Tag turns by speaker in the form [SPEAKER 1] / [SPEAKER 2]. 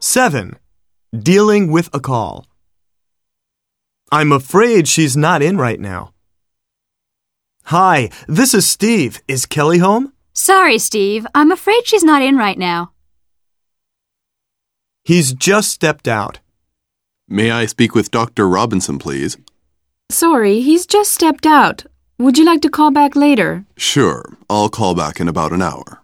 [SPEAKER 1] 7. Dealing with a call. I'm afraid she's not in right now. Hi, this is Steve. Is Kelly home?
[SPEAKER 2] Sorry, Steve. I'm afraid she's not in right now.
[SPEAKER 1] He's just stepped out.
[SPEAKER 3] May I speak with Dr. Robinson, please?
[SPEAKER 4] Sorry, he's just stepped out. Would you like to call back later?
[SPEAKER 3] Sure, I'll call back in about an hour.